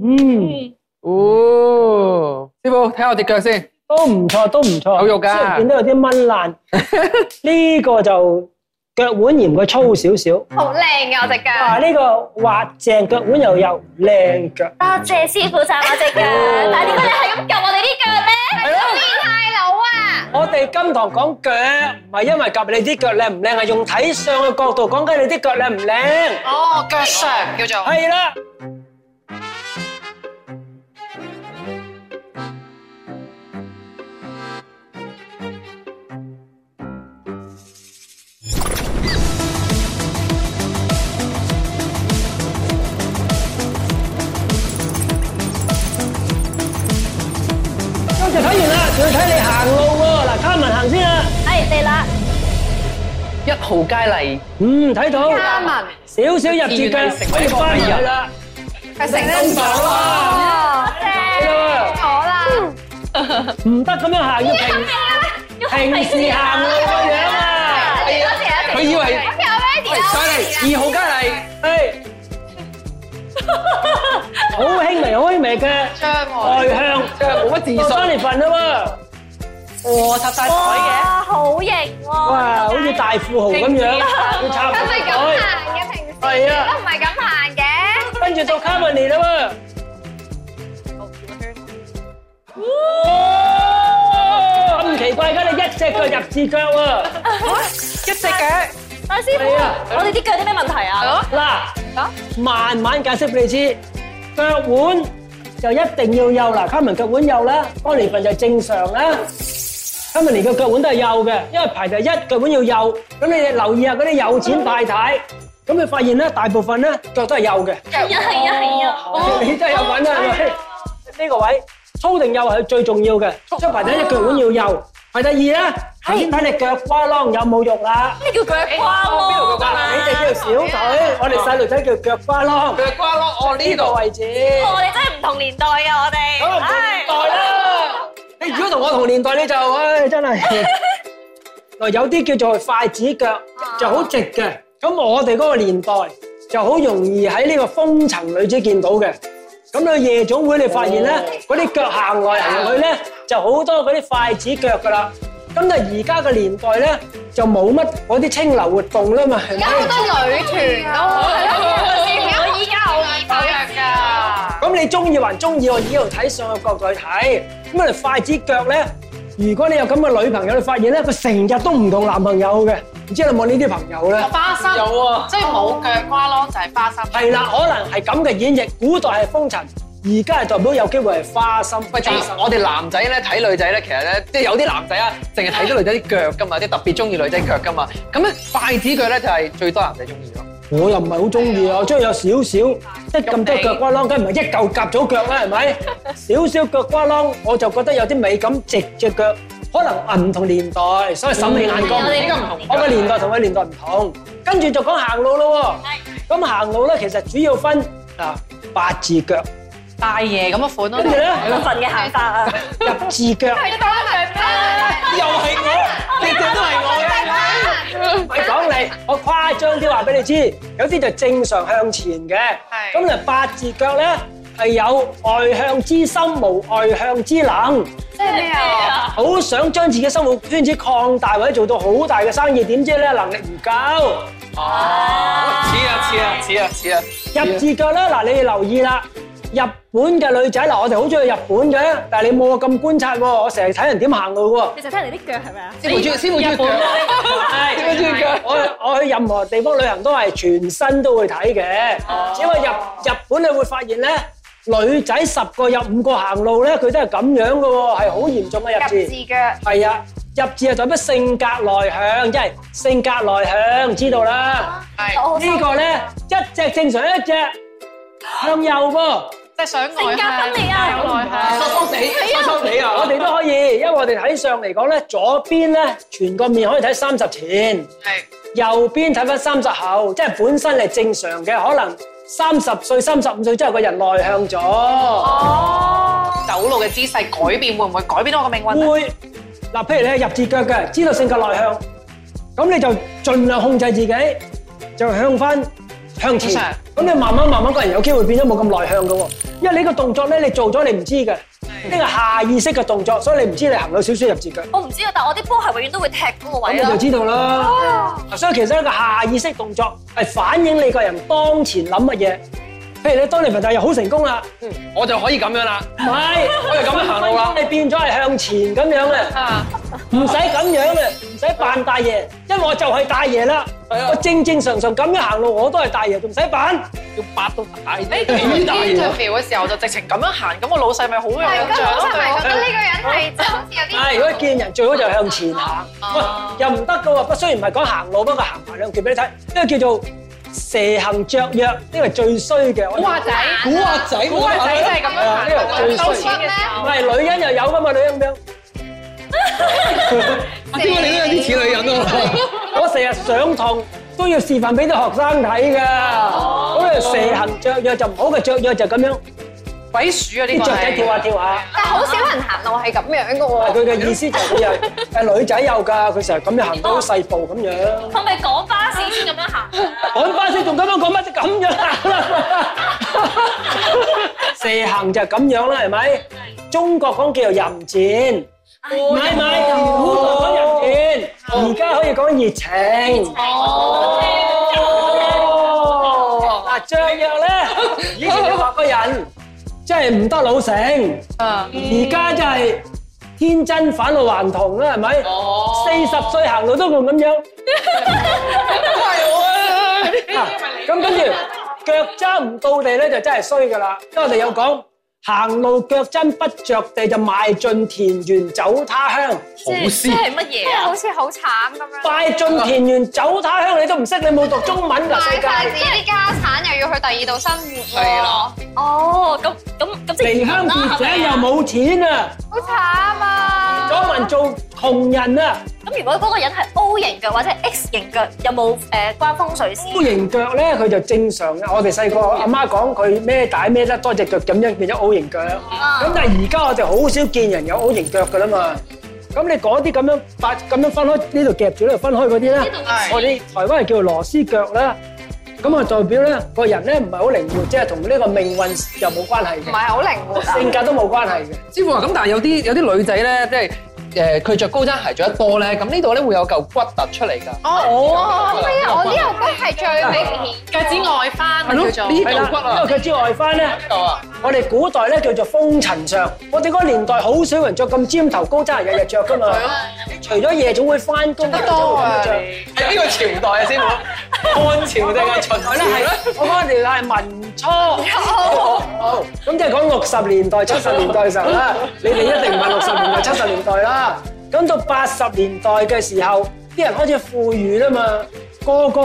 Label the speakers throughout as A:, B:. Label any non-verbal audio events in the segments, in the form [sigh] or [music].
A: 嗯，
B: 嗯，
C: 哦，師傅睇下我只腳先，
A: 都唔錯，都唔錯。
C: 有肉㗎
A: 雖然見到有啲蚊 [laughs] 爛，呢個就腳腕嫌佢粗少少。
B: 好靚嘅我只
A: 啊，
B: 腳，
A: 呢個滑淨腳腕又幼，靚腳。
B: 多謝師傅讚我只腳，但係點解你係咁撳我哋啲腳咧？
A: 係咯
B: 變態佬啊！
A: 嗯我哋今堂講腳，唔係因為及你啲腳靚唔靚，係用睇相嘅角度講緊你啲腳靚唔靚。
D: 哦，腳上叫做。
A: 係啦。今集睇完啦，仲要睇你行路喎。嗱，嘉文行先啦。
B: 係嚟啦，
C: 一號佳麗，
A: 嗯，睇到
D: 嘉文，
A: 少少入住腳，可以翻去啦。
D: 佢成功咗
B: Ờ.
D: 啦！
B: 哦，正我啦，
A: 唔得咁樣行，要平。平時行路個樣啊，
B: 多謝
C: 佢以為喂，上嚟二號佳麗，
A: 係好輕微、好輕微嘅
D: 張
A: 外
D: 愛，
A: 向，
C: 真係冇乜自
A: 到
C: 信。
A: Johnny 份啦
D: 哇，插晒袋嘅，
B: 哇，好型喎！
A: 喎，哇，好似大富豪咁樣，要插
B: 咁咪咁
A: 袋，
B: 行嘅平時，
A: 係啊
B: 都唔係咁行嘅。
A: 跟住到 Carmen 啦喎，咁奇怪㗎，你一隻腳入字腳喎，
D: 一隻腳，
B: 阿師傅，
A: 係啊
B: 我哋啲腳有啲咩問題啊？
A: 嗱，慢慢解釋俾你知，腳腕就一定要幼啦，Carmen 腳腕幼啦，Johnny 份就正常啦。今日連個腳腕都係幼嘅，因為排第一腳腕要幼。咁你哋留意下嗰啲有錢派太，咁你發現咧，大部分咧腳都係幼嘅，
B: 係啊係啊係啊！
A: 你真係有份啦，係咪？呢個位粗定幼係最重要嘅，所以排第一腳腕要幼。排第二咧，頭先睇你腳瓜窿有冇肉啦。
B: 咩叫腳瓜
C: 邊度腳
B: 咯？
C: 瓜啊
A: 你哋叫小腿，我哋細路仔叫腳瓜窿，
C: 腳瓜咯，我呢
A: 呢個
C: 度。
A: 位置。
B: 我哋真係唔同年代啊！我哋
A: 咁啊，唔同年代啦。你如果同我同年代，你就唉真係。嗱，有啲叫做筷子腳，就好直嘅。咁我哋嗰個年代就好容易喺呢個風塵裏之見到嘅。咁去夜總會，你發現咧，嗰啲腳行來行去咧，就好多嗰啲筷子腳噶啦。咁但係而家嘅年代咧，就冇乜嗰啲清流活動啦嘛，係咪？
D: 好多女團咯，
B: 我依家好
D: 手腳㗎，
A: 咁你中意還中意，我以度睇上嘅角度去睇。咁你筷子腳咧，如果你有咁嘅女朋友，你發現咧，佢成日都唔同男朋友嘅，唔知你有冇呢啲朋友咧？
D: 花心，
C: 有啊
D: 即係冇腳瓜咯，就係花心。
A: 係啦，可能係咁嘅演繹，古代係風塵，而家係代表有機會係花心。
C: 喂，但係我哋男仔咧睇女仔咧，其實咧即係有啲男仔啊，淨係睇咗女仔啲腳噶嘛，即係特別中意女仔腳噶嘛。咁咧筷子腳咧就係最多男仔中意咯。
A: 我又唔係好中意啊，我中意有少少即係咁多腳瓜啷，梗唔係一嚿夾咗腳啦，係咪？少少腳瓜啷，我就覺得有啲美感，直隻腳可能啊唔同年代，所以審美眼光唔
B: 係
A: 同。
B: 我哋
A: 我嘅年
B: 唔同
A: 代同佢年代唔同，跟住就講行路咯喎。咁行路咧，其實主要分啊八字腳，
D: 大爺咁嘅款
A: 跟住
D: 咯，
A: 咧
B: 嗰份嘅行法啊！
A: 入字腳，
C: 又係我，隻隻都係我
A: 唔係講你，我誇張啲話俾你知，有啲就正常向前嘅，
D: 係
A: 咁嚟八字腳咧係有外向之心，無外向之能。
D: 即係咩啊？
A: 好想將自己生活圈子擴大或者做到好大嘅生意，點知咧能力唔夠。
C: 嘅。哦，似啊似啊似啊似啊！
A: 入字腳咧，嗱你哋留意啦，日本嘅女仔嗱，我哋好中意日本嘅，但係你冇我咁觀察喎，我成日睇人點行路喎。
B: 你就睇人哋啲腳係咪啊？
C: 師傅中意，師傅中意腳。
A: 係
C: 師傅中意腳。
A: 我我去任何地方旅行都係全身都會睇嘅，只不過日日本你會發現咧，女仔十個有五個行路咧，佢都係咁樣嘅喎，係好嚴重嘅入字。
B: 字腳，
A: 係啊，入字係代表性格內向，即係性格內向，知道啦。
D: 係，
A: 呢個咧一隻正常，一隻向右噃。
D: 即係想外向，
B: 性格分裂啊
D: 有內向
C: 收。收地，收收地啊！
A: 我哋都可以，因為我哋睇相嚟講咧，左邊咧全個面可以睇三十前，
D: 係
A: 右邊睇翻三十後，即係本身係正常嘅，可能三十歲、三十五歲之後個人內向咗，
D: 走路嘅姿勢改變，會唔會改變到我嘅命運啊？
A: 會嗱，譬如你係入字腳嘅，知道性格內向，咁你就盡量控制自己，就向翻向前
D: 向上。
A: 咁你慢慢慢慢個人有機會變咗冇咁內向嘅喎，因為你個動作咧你做咗你唔知嘅，呢個下意識嘅動作，所以你唔知你行到少少入節腳。
B: 我唔知啊，但我啲波係永遠都會踢嗰個
A: 咁
B: 位
A: 你就
B: 咯。
A: 知道啦。所以其實一個下意識動作係反映你個人當前諗乜嘢。譬如你當你朋友又好成功啦，
C: 我就可以咁樣啦。
A: 唔係，
C: 我就咁樣行路啦
A: 你變咗係向前咁樣啊，
D: 啊，
A: 唔使咁樣啊，唔使扮大爺，因為我就係大爺啦。
C: 係啊
A: 我正正常常咁樣行路，我都係大爺，仲使扮？
C: 要八到大啲，
D: 誒
C: 幾大喎？
D: interview 嘅時候就直情咁樣行，咁我老細咪好有
E: 係
D: 印
E: 咁，
D: 象咯
E: 我就係覺
D: 對
E: 得
D: 我。
E: 呢個人係就好似有啲
A: 係，如果見人最好就向前行。喂，又唔得噶喎，不雖然唔係講行路，不過行埋兩條俾你睇，呢個叫做蛇行雀躍，呢個係最衰嘅。
D: 古惑仔，
C: 古惑仔，
D: 古惑仔就係咁樣
A: 係啊
D: 行，
A: 呢個最
D: 收
A: 衰
D: 錢嘅時
A: 唔
D: 候。
A: 係女人又有噶嘛，女人咁樣。
C: 點解你都有啲似女人啊？ [laughs]
A: 我成日上堂都要示範俾啲學生睇㗎。咁啊蛇行雀躍就唔好嘅，雀躍就咁樣，
D: 鬼鼠啊！呢
A: 啲
D: 個
A: 雀仔
D: 係
A: 跳下跳下。
E: 但係好少人行路係咁樣嘅喎。
A: 佢嘅意思就係佢又係女仔有㗎，佢成日咁樣行到好細步咁樣。
B: 我咪講巴士先咁樣行啊。
A: 趕巴士仲咁樣講乜啫？咁樣行啦，蛇行就係咁樣啦，係咪？中國講叫做淫賤，唔係唔係，古代講淫賤，而家可以講熱情。哦，嗱，雀躍咧，以前你話個人即係唔得老成，
D: 啊，
A: 而家就係天真返老還童啦，係咪？四十歲行路都仲咁樣。嗱，咁跟住腳踭唔到地咧，就真係衰噶啦。因為我哋有講行路腳踭不着地，就邁進田園走他鄉。
B: 即係即係乜嘢啊？
E: 好似好慘咁樣。
A: 快進田園走他鄉，你都唔識，你冇讀中文㗎，世
E: 賣晒
A: 界。
E: 自己啲家產，又要去第二度生活喎。
D: 係啦
B: 哦，咁咁咁即係
A: 離鄉別井又冇錢啊，
E: 好慘啊！
A: 咗民做窮人啊，
B: 咁如果嗰個人係 O 型腳或者 X 型腳，有冇誒關風水事？
A: O 型腳咧佢就正常嘅。我哋細個阿媽講佢孭帶孭得多隻腳咁樣變咗 O 型腳。咁但係而家我哋好少見人有 O 型腳㗎啦嘛。咁你嗰啲咁樣八咁樣分開呢度夾住呢度分開嗰啲咧？我哋台灣係叫螺絲腳啦，咁啊代表咧個人咧唔係好靈活，即係同呢個命運又冇關係
E: 唔係好靈活啊
A: 嘅，！性格都冇關係嘅。
C: 師傅啊，咁但係有啲有啲女仔咧，即係誒佢着高踭鞋着得多咧，咁呢度咧會有嚿骨突出嚟㗎。
E: 哦，係啊，我呢個骨係最明顯。
D: 腳趾外翻
C: 係咯
D: 叫做
C: 呢
A: 係啦
C: 嚿骨啊，
A: 因為佢之外翻咧，
C: 嚿啊，
A: 我哋古代咧叫做風塵上，我哋嗰個年代好少人着咁尖頭高踭，日日着㗎嘛。
C: 啊
A: 除咗夜總會翻工嘅時候咁著。
C: 係呢個朝代啊，師 [laughs] 傅，漢朝定係 [laughs] 秦朝
A: 我咧係
C: 咧？，
A: 我嗰個年代係民初，好，咁即係講六十年代、七十年代嘅時候啦，你哋一定唔係六十年代、七十年代啦。咁到八十年代嘅時候，啲人開始富裕啦嘛，個個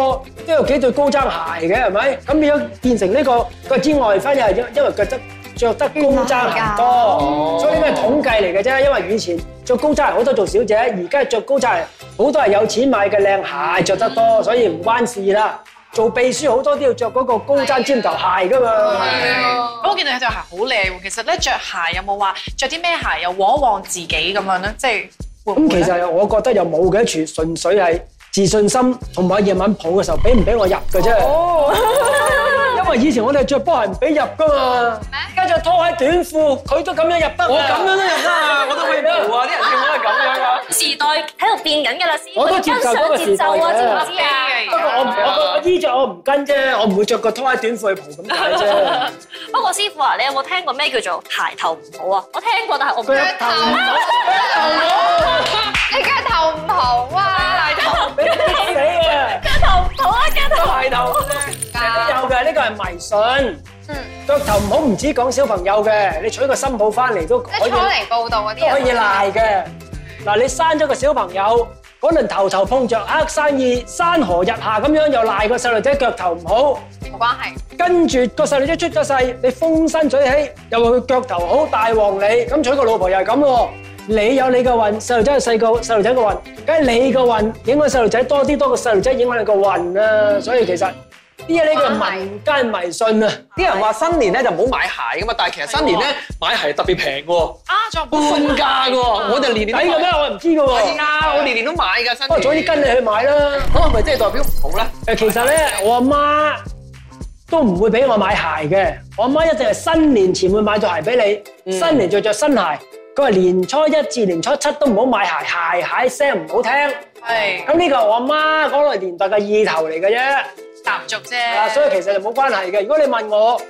A: 都有幾對高踭鞋嘅，係咪？咁變咗變成呢個腳趾外翻，又係因因為腳得着得高踭鞋多，所以呢個係統計嚟嘅啫。因為以前着高踭鞋好多做小姐，而家着高踭鞋好多係有錢買嘅靚鞋着得
C: 嗯
A: 多，所以唔關事啦。做秘書好多都要着嗰個高踭尖頭鞋噶嘛。
D: 咁我見到佢對鞋好靚喎，其實咧着鞋有冇話着啲咩鞋又旺一旺自己咁樣咧？即係會唔
A: 咁
D: 會
A: 其
D: 咧？
A: 實我覺得又冇嘅，全純粹係自信心同埋夜晚蒲嘅時候俾唔俾我入嘅啫。
C: 哦
A: [laughs] 因為以前我哋着波鞋唔俾入噶嘛，而家着拖鞋短褲佢都咁樣入得啊。
C: 我咁樣都入得啊，我都可以蒲啊，啲人跳舞係咁樣啊。
B: 時代喺度變緊㗎啦，師傅
A: 我都
B: 你
A: 接
B: 跟
A: 受
B: 上
A: 嗰個時
B: 節
A: 代
B: 奏啊，
A: 嘅
B: 知唔知啊？
A: 不過 [laughs] 我唔我我衣着我唔跟啫，我唔會着個拖鞋短褲去蒲咁解啫。
B: 不過師傅啊，你有冇聽過咩叫做鞋頭唔好啊？我聽過，但係我唔
A: 佢一頭
E: 你腳頭唔好啊！
A: 俾你死啊！
B: 腳頭唔好啊，腳頭。
A: 大頭有嘅，呢個係迷信。嗯，腳頭唔好唔止講小朋友嘅，你娶個新抱翻嚟都
E: 即係
A: 可以
E: 初嚟報道嗰
A: 都
E: 啲
A: 可
E: 人
A: 以賴嘅。嗱，你生咗個小朋友，嗰輪頭頭碰着黑，生意山河日下咁樣，又賴個細路仔腳頭唔好，
E: 冇關係。
A: 跟住個細路仔出咗世，你風生水起，又話佢腳頭好大旺你，咁娶個老婆又係咁喎。你有你嘅運，細路仔有細個細路仔嘅運，梗係你嘅運影響細路仔多啲，多過細路仔影響你個啊運啦。所以其實呢啲呢個民間迷信啊，
C: 啲人話新年咧就唔好買鞋噶嘛，但係其實新年咧買鞋特別平喎，
D: 啊，仲有
C: 半價㗎喎，我就年年
A: 抵
C: 都買
A: 嘅咩？我唔知嘅喎
C: 係。啊，我年年都買㗎新年。哦
A: 不過早啲跟你去買啦。
C: 咁係咪即係代表唔好
A: 誒，
C: 咧？
A: 其實咧，我阿媽都唔會俾我買鞋嘅。我媽一定係新年前會買對鞋俾你，
C: 嗯
A: 新年就着新鞋。佢話年初一至年初七都唔好買鞋，鞋鞋聲唔好聽。
D: 係
A: 咁呢個係我媽嗰個年代嘅意頭嚟嘅啫。
D: 踏俗啫。
A: 啊，所以其實就冇關係嘅。如果你問我，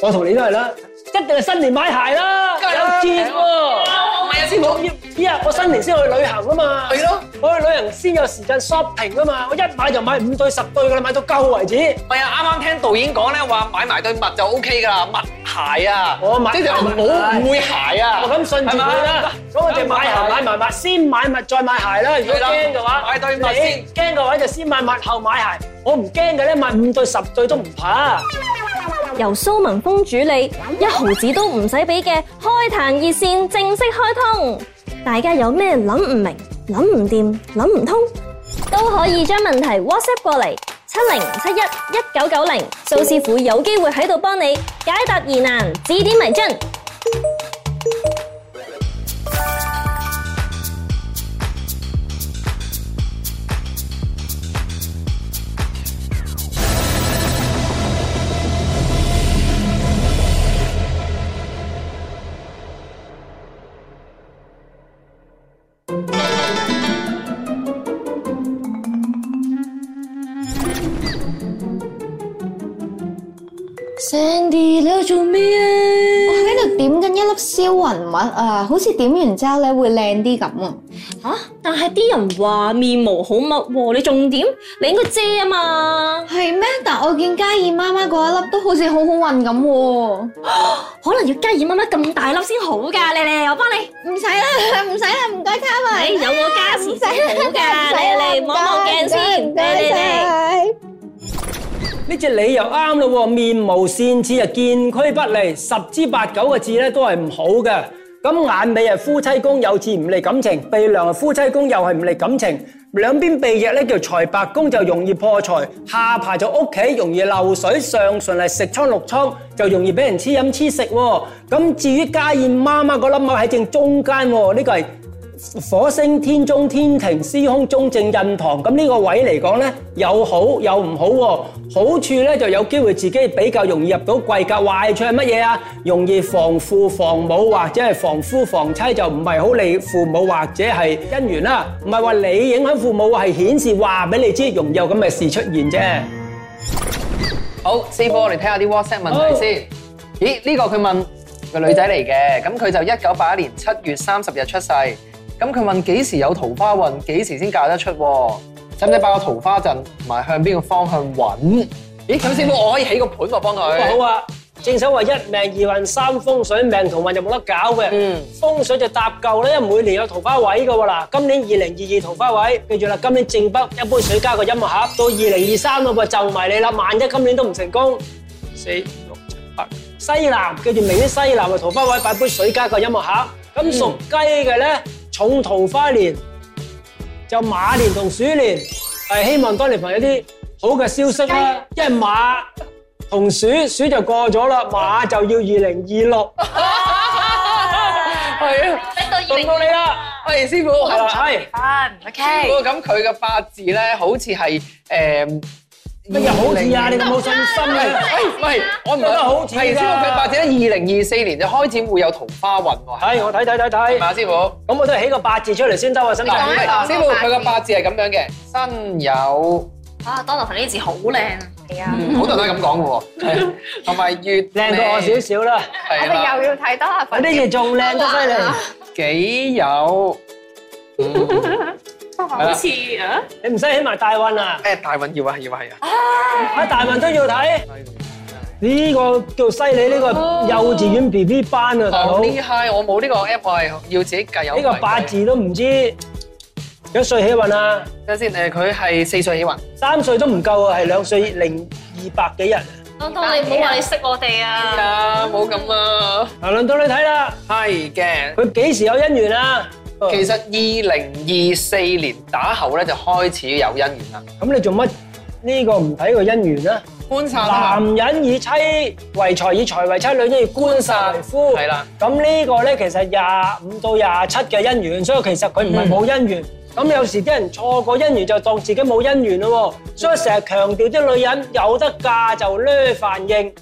A: 我同你都係啦，一定係新年買鞋啦，
C: 梗係啦
A: 有折喎。
C: 唔係啊，師傅
A: 我。要依日我新年先去旅行啊嘛，
C: 係咯，
A: 我去旅行先有時間 shopping 啊嘛，我一買就買五對十對噶啦，買到夠為止。
C: 唔係啊，啱啱聽導演講咧話買埋對襪就 O K 㗎啦，襪鞋啊，
A: 我買
C: 即係唔好誤會鞋啊。
A: 我咁信住佢啦，咁我就買鞋買埋襪，先買襪再買鞋啦。如果
C: 係啦
A: 驚嘅話，
C: 買對襪先
A: 你驚嘅話就先買襪後買鞋，我唔驚嘅咧，買五對十對都唔怕。
F: 由蘇文峰主理，一毫子都唔使俾嘅開壇熱線正式開通。大家有咩諗唔明、諗唔掂、諗唔通，都可以將問題 WhatsApp 過嚟七零七一一九九零，蘇師傅有機會喺度幫你解答疑難，指點迷津。Sandy，你喺度做咩
E: 我
F: 啊？
E: 喺度點緊一粒消魂物啊，好似點完之後咧會靚啲咁啊！
F: 吓、但係啲人話面無好物喎，你重點，你應該遮啊嘛。
E: 係咩？但我見嘉怡媽媽嗰一粒都好似好好運咁喎。
F: 可能要加二蚊蚊咁大粒先好㗎，你嚟，我幫你。
E: 唔使啦，唔使啦，唔該卡
F: 哎
E: 埋。
F: 有我加持先好㗎嚟嚟望望鏡先
E: 唔該
F: 嚟嚟嚟
E: 晒
A: 呢隻理由啱咯喎，面無善齒啊，見區不利，十之八九個字咧都係唔好嘅。咁眼尾係夫妻宮，有志唔利感情；鼻梁係夫妻宮，又係唔利感情。兩邊鼻翼咧叫財帛宮，就容易破財；下排就屋企容易漏水，上唇係食倉六倉，就容易俾人黐飲黐食喎。咁至於家燕媽媽嗰粒米喺正中間喎，呢個係。火星天中天庭司空中正印堂，咁呢個位嚟講呢，有好有唔好喎、好處呢，就有機會自己比較容易入到貴格，壞處係乜嘢啊？容易防父防母或者係防夫防妻，就唔係好理父母或者係姻緣啦。唔係話你影響父母，係顯示話俾你知，容易有咁嘅事出現啫。
C: 好，師傅，我哋睇下啲 WhatsApp 問題先。咦，呢、個佢問個女仔嚟嘅，咁佢就一九八一年七月三十日出世，咁佢問幾時有桃花運，幾時先嫁得出喎？使唔使擺個桃花陣，同埋向邊個方向揾？咦，咁師傅我可以起個盤喎，幫佢。
A: 好啊，正所謂一命二運三風水，命同運就冇得搞嘅。
C: 嗯
A: 風水就搭夠啦，因為每年有桃花位嘅喎嗱。今年二零二二桃花位，記住啦，今年正北一杯水加個音樂盒，到二零二三嗰個就埋你啦。萬一今年都唔成功，四六七八西南，記住明年西南嘅桃花位擺杯水加個音樂盒。咁屬雞嘅咧，重桃花年。就馬年同鼠年，係希望當年朋友啲好嘅消息啦。因為馬同鼠，鼠就過咗啦，馬就要二零二六，
C: 係啊，
A: 輪到你啦，
C: 喂，師傅，
A: 係
C: 係
A: 啦，
C: 啦，
A: 係
D: 翻 OK。
C: 喎咁佢嘅八字咧，好似係誒。
A: 乜嘢好字啊？你咁冇信心
C: 喂
A: 啊？
C: 喂喂，我唔
A: 覺得好似㗎
C: 係師傅佢八字咧，二零二四年就開始會有桃花運喎。
A: 係，我睇睇睇
C: 係嘛，
A: 睇，
C: 師傅？
A: 咁我都係起個八字出嚟先得啊，使唔使？
C: 嗱，
E: 講一講
C: 師傅佢個八字係咁樣嘅，身有
B: 啊，Donald 呢啲字好靚啊！係啊，
C: 好多人都係咁講嘅喎，係同埋月
A: 靚過我少少啦，
E: 我
C: 係
E: 哋
C: 啦
E: 又要睇多下
A: 我呢
E: 份。
A: 隻仲靚得犀利。
C: 己有 Ừ. À.
D: 好似啊，
A: 你唔使起埋大運啊，
C: 誒大運要啊要啊係啊，
A: 喺大運都要睇。呢個叫犀利，呢個幼稚園 B B 班啊，大佬
C: 好。厲害！我冇呢個 app，我係要自己計有。
A: 呢個八字都唔知幾歲起運啊？
C: 睇下先誒，佢係四歲起運，
A: 三歲都唔夠啊，係兩歲零二百幾日。
B: 當當你唔好話你識我哋啊！
C: 啊冇咁啊，
A: 嗱，輪到你睇啦，
C: 係嘅。
A: 佢幾時有姻緣啊？
C: 其實二零二四年打後咧就開始有姻緣啦。
A: 咁你做乜呢呢個唔睇個姻緣啦。
C: 觀察下，
A: 男人以妻為財，以財為妻，女人要官殺為夫。
C: 係啦。
A: 咁呢個咧，其實廿五到廿七嘅姻緣，所以其實佢唔係冇姻緣。咁有時啲人錯過姻緣就當自己冇姻緣咯喎，所以成日強調啲女人有得嫁就咧飯應，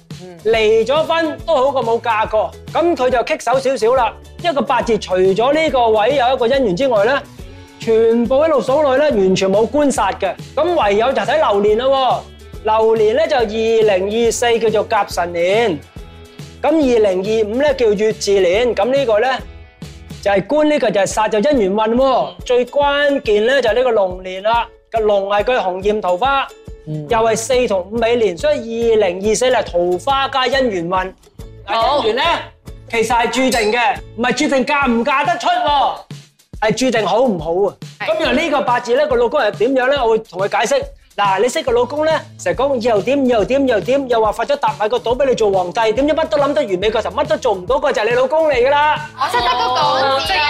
A: 離咗婚都好過冇嫁過。咁佢就棘手少少啦。一個八字除咗呢個位有一個姻緣之外咧。全部一路數落去咧，完全冇觀察嘅。咁唯有就睇流年啦喎。流年咧就二零二四叫做甲辰年，咁二零二五咧叫乙巳年。咁呢個咧就係官呢個就係殺就姻緣運喎。最關鍵咧就係呢個龍年啦，個龍係佢紅豔桃花，又係四同五尾年，所以二零二四咧桃花加姻緣運。嗱，姻緣咧其實係注定嘅，唔係注定嫁唔嫁得出喎。係注定好唔好啊？
D: 係
A: 咁原來呢個八字咧，個老公係點樣咧？我會同佢解釋。嗱，你識個老公咧，成日講以後點，以後點，以後點，又話發咗達買個島俾你做皇帝，點知乜都諗得完美，個頭乜都做唔到，嗰個就係你老公嚟噶啦。
B: 我識得個講字啊！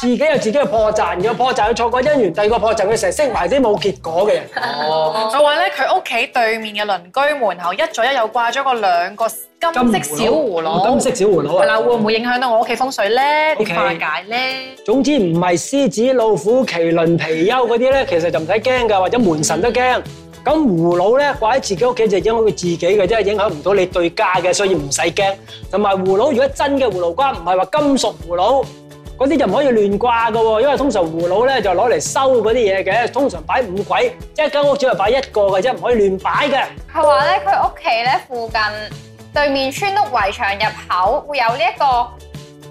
A: 自己有自己嘅破綻，有破綻佢錯過姻緣，第二個破綻佢成日識埋啲冇結果嘅人。
C: Ờ, 哦，
D: 佢話咧，佢屋企對面嘅鄰居門口一左一右掛咗個兩個金色小葫蘆，
A: 金色小葫蘆
D: 係啦，
A: 啊！
D: 會唔會影響到我屋企風水咧？點
A: OK
D: 化解咧？
A: 總之唔係獅子、老虎、麒麟、貔貅嗰啲咧，其實就唔使驚噶，或者門神都驚。咁葫蘆咧掛喺自己屋企就影響佢自己嘅啫，影響唔到你對家嘅，所以唔使驚。同埋葫蘆，如果真嘅葫蘆瓜，唔係話金屬葫蘆。嗰啲就唔可以亂掛噶喎，因為通常葫蘆咧就攞嚟收嗰啲嘢嘅，通常擺五鬼，即係間屋只係擺一個嘅啫，唔可以亂擺嘅。
G: 佢話咧，佢屋企咧附近對面村屋圍牆入口會有呢一個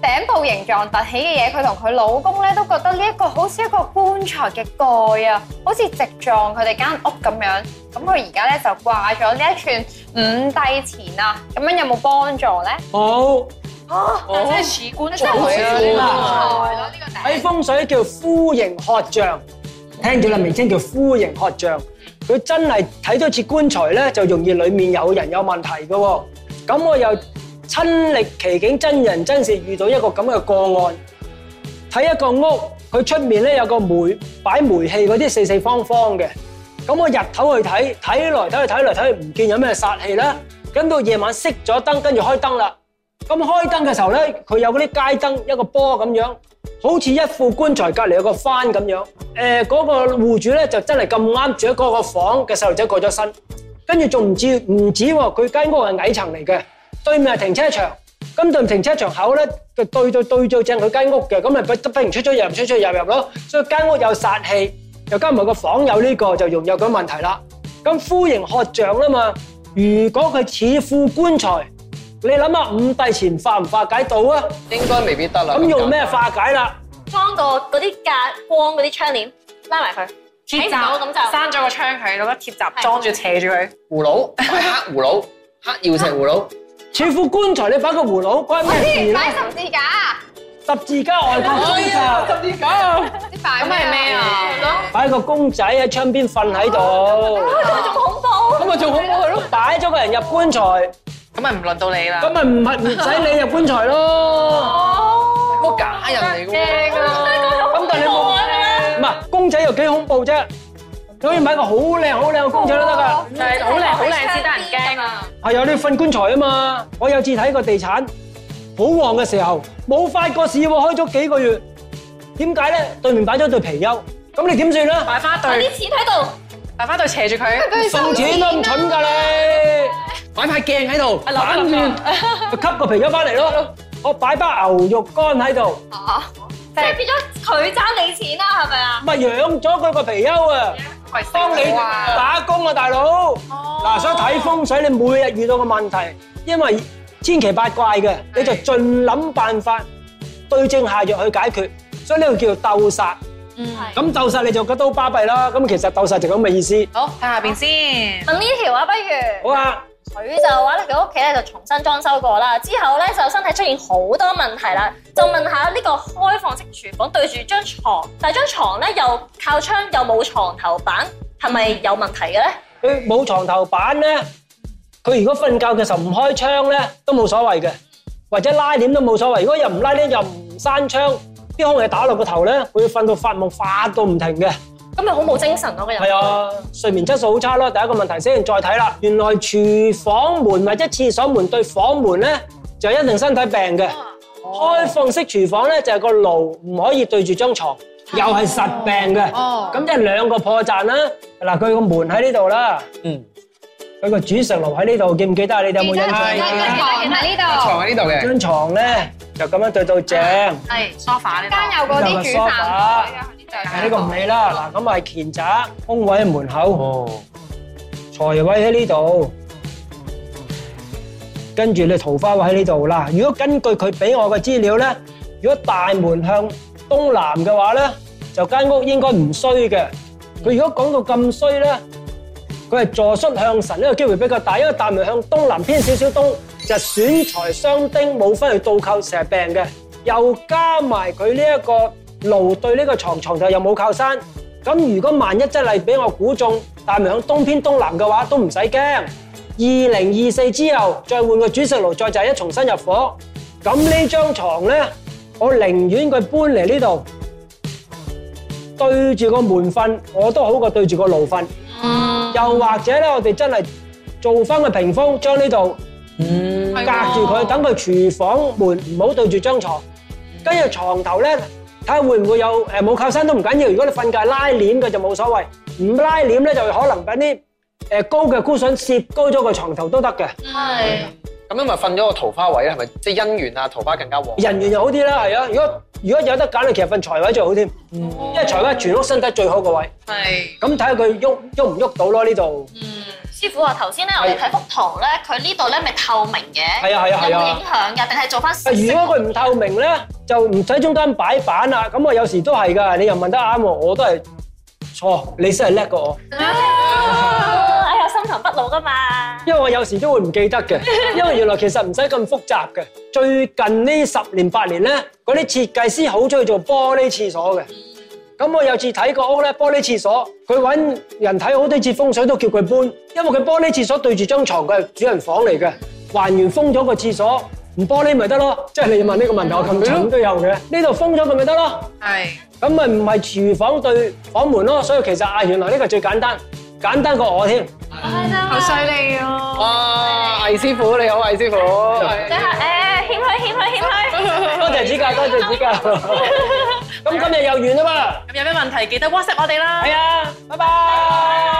G: 頂部形狀凸起嘅嘢，佢同佢老公咧都覺得呢一個好似一個棺材嘅蓋啊，好似直撞佢哋間屋咁樣。咁佢而家咧就掛咗呢一串五帝錢啊，咁樣有冇幫助咧？
A: 好。
D: 但係真係似棺材
A: 好似啊
D: 啊！
G: 咯，呢個頂。
A: 喺風水叫夫形喝象，聽住啦，名稱叫夫形喝象。佢真係睇到似棺材咧，就容易裡面有人有問題嘅喎。咁我又親歷其境，真人真事遇到一個咁嘅個案，睇一個屋，佢出面咧有個煤擺煤氣嗰啲四四方方嘅。咁我日頭去睇，睇來睇去睇來睇去唔見有咩煞氣啦。咁到夜晚熄咗燈，跟住開燈啦。咁開燈嘅時候咧，佢有嗰啲街燈一個波咁樣，好似一副棺材隔離有個幡咁樣。誒、嗰、個戶主咧就真係咁啱住喺嗰個房嘅細路仔過咗身，跟住仲唔止唔止喎，佢間屋係矮層嚟嘅，對面係停車場。咁對面停車場口咧，就對到對到正佢間屋嘅，咁咪不不停出出入入出出入入咯。所以間屋有煞氣，又加埋個房有呢、個，就容易有咁問題啦。咁夫形喝象啦嘛，如果佢似副棺材，你諗下五帝錢化唔化解到啊？
C: 應該未必得啦。
A: 咁用咩化
C: 法？
A: 解啦？
F: 裝個嗰啲隔光嗰啲窗簾，拉埋佢，睇唔
B: 哎
F: 到咁就。
D: 閂咗個窗佢，攞個鐵閘裝住斜住佢。
C: 葫蘆，黑葫蘆，黑曜石葫蘆。
A: 似副棺材，你擺個葫蘆關咩事咧？
G: 擺十字架，
A: 十字架外國宗教，
C: 字架。
G: 啲擺
D: 咁係咩啊？
A: 擺個公仔喺窗邊瞓喺
F: 佢
A: 度，
F: 仲恐怖，
A: 啊咁咪仲恐怖係咯？擺咗個人入棺材，
D: 咁咪唔輪到你啦。
A: 咁咪唔係唔使你入棺材咯。
C: 個假人嚟嘅喎。
A: 咁但係你冇唔係公仔又幾恐怖啫？你可以買個好靚好靚嘅公仔都得㗎。
D: 但係好靚好靚先得人驚啊！
A: 係有啲瞓棺材啊嘛！我有次睇個地產好旺嘅時候，冇發過市喎，開咗幾個月。點解咧？對面擺咗對貔貅，咁你點算咧？
D: 擺翻
F: 有
D: 對，
F: 啲錢喺度，
D: 擺翻對斜住佢。
A: 送錢都咁蠢㗎你！
C: 擺塊鏡喺度，
A: 反轉就吸個貔貅翻嚟咯。我擺包牛肉乾喺度，
F: 即係變咗佢爭你錢啦，係咪啊？
A: 咪養咗佢個貔貅啊！幫你打工啊，大佬！嗱，所以睇風水，你每日遇到個問題，因為千奇百怪嘅，你就盡諗辦法對症下藥去解決，所以呢個叫做鬥殺。
D: 嗯
A: 咁鬥殺你就覺得好巴閉啦。咁其實鬥殺就咁嘅意思。
D: 好，睇下邊先。
F: 問呢條啊，不如。
A: 好啊，
F: 佢就話咧，佢屋企咧就重新裝修過啦，之後咧就身體出現好多問題啦。就問下呢個開放式廚房對住張床，但係張床咧又靠窗又冇床頭板，係咪
A: 嗯
F: 有問題嘅咧？
A: 佢冇床頭板咧，佢如果瞓覺嘅時候唔開窗咧，都冇所謂嘅，或者拉簾都冇所謂。如果又唔拉簾又唔閂窗，啲空氣打落個頭咧，會瞓到發夢，發到唔停嘅。
F: 咁咪好冇精神咯個人。
A: 係啊，睡眠質素好差咯。第一個問題先，再睇啦。原來廚房門或者廁所門對房門咧，就一定身體病嘅。開放式廚房咧就係個爐唔可以對住張床，又係實病嘅。
D: 哦
A: 咁即係兩個破綻啦。嗱，佢個門喺呢度啦，
C: 嗯，
A: 佢個煮食爐喺呢度，記唔記得啊？你哋有冇印象啊？
C: 床喺呢度嘅，
A: 張床咧就咁樣對到正，
D: 係 sofa 呢度。
A: 嗱呢個唔理啦。嗱，咁係乾宅，空位喺門口。
C: 哦，
A: 財位喺呢度，跟住你桃花位喺呢度啦。如果根據佢俾我嘅資料咧，如果大門向東南嘅話咧，就間屋應該唔衰嘅。佢如果講到咁衰咧，佢係坐室向神呢個機會比較大，因為大門向東南偏少少東，就損財傷丁，冇分去倒扣，成日病嘅。又加埋佢呢一個爐對呢個床，床就又冇靠山。咁如果萬一真係俾我估中，大門向東偏東南嘅話，都唔使驚。二零二四之後再換個主食爐，再就一重新入伙。咁呢張床呢，我寧願佢搬嚟呢度，對住個門瞓，我都好過對住個爐瞓。又或者咧，我哋真係做翻個屏風，將呢度
C: 嗯，
A: 隔住佢，等佢廚房門唔好對住張床。跟住床頭咧，睇下會唔會有誒冇靠山都唔緊要。如果你瞓覺係拉簾嘅就冇所謂，唔拉簾咧就可能揾啲誒高嘅菇筍攝高咗個床頭都得嘅。
C: 咁因為瞓咗個桃花位係咪即係姻緣啊桃花更加旺？
A: 人緣又好啲啦，係啊。如果如果有得揀，你其實瞓財位最好添，因為財位係全屋身體最好個位。
D: 係
A: 咁睇下佢喐喐唔喐到咯呢度。
B: 師傅話頭先咧，我哋睇幅圖咧，佢呢度咧咪透明嘅，
A: 係啊係啊係啊
B: 有冇影響㗎？定係做翻
A: 啊！如果佢唔透明咧，就唔使中間擺板啦。咁我啊有時都係㗎，你又問得啱喎，我都係錯，你先係叻過我，
F: 哎呀，深藏不露噶嘛。啊
A: 因為我有時都會唔記得嘅，因為原來其實唔使咁複雜嘅。最近呢十年八年咧，嗰啲設計師好中意做玻璃廁所嘅。咁我有次睇個屋咧，玻璃廁所，佢揾人睇好多次風水都叫佢搬，因為佢玻璃廁所對住張床，佢係主人房嚟嘅，還原封咗個廁所，唔玻璃咪得咯。即係你問呢個問題，我咁蠢都有嘅，呢度封咗佢咪得咯。
D: 係
A: 咁咪唔係廚房對房門咯，所以其實啊，原來呢個最簡單，簡單過我添。
D: 好犀利啊！
C: 哇，魏師傅你好，魏師傅，
F: 等下誒，謙虛謙虛謙虛。
A: 多謝指教，多謝指教。咁今日又完啦嘛，
D: 咁有咩問題記得 WhatsApp 我哋啦。
A: 係啊，拜拜。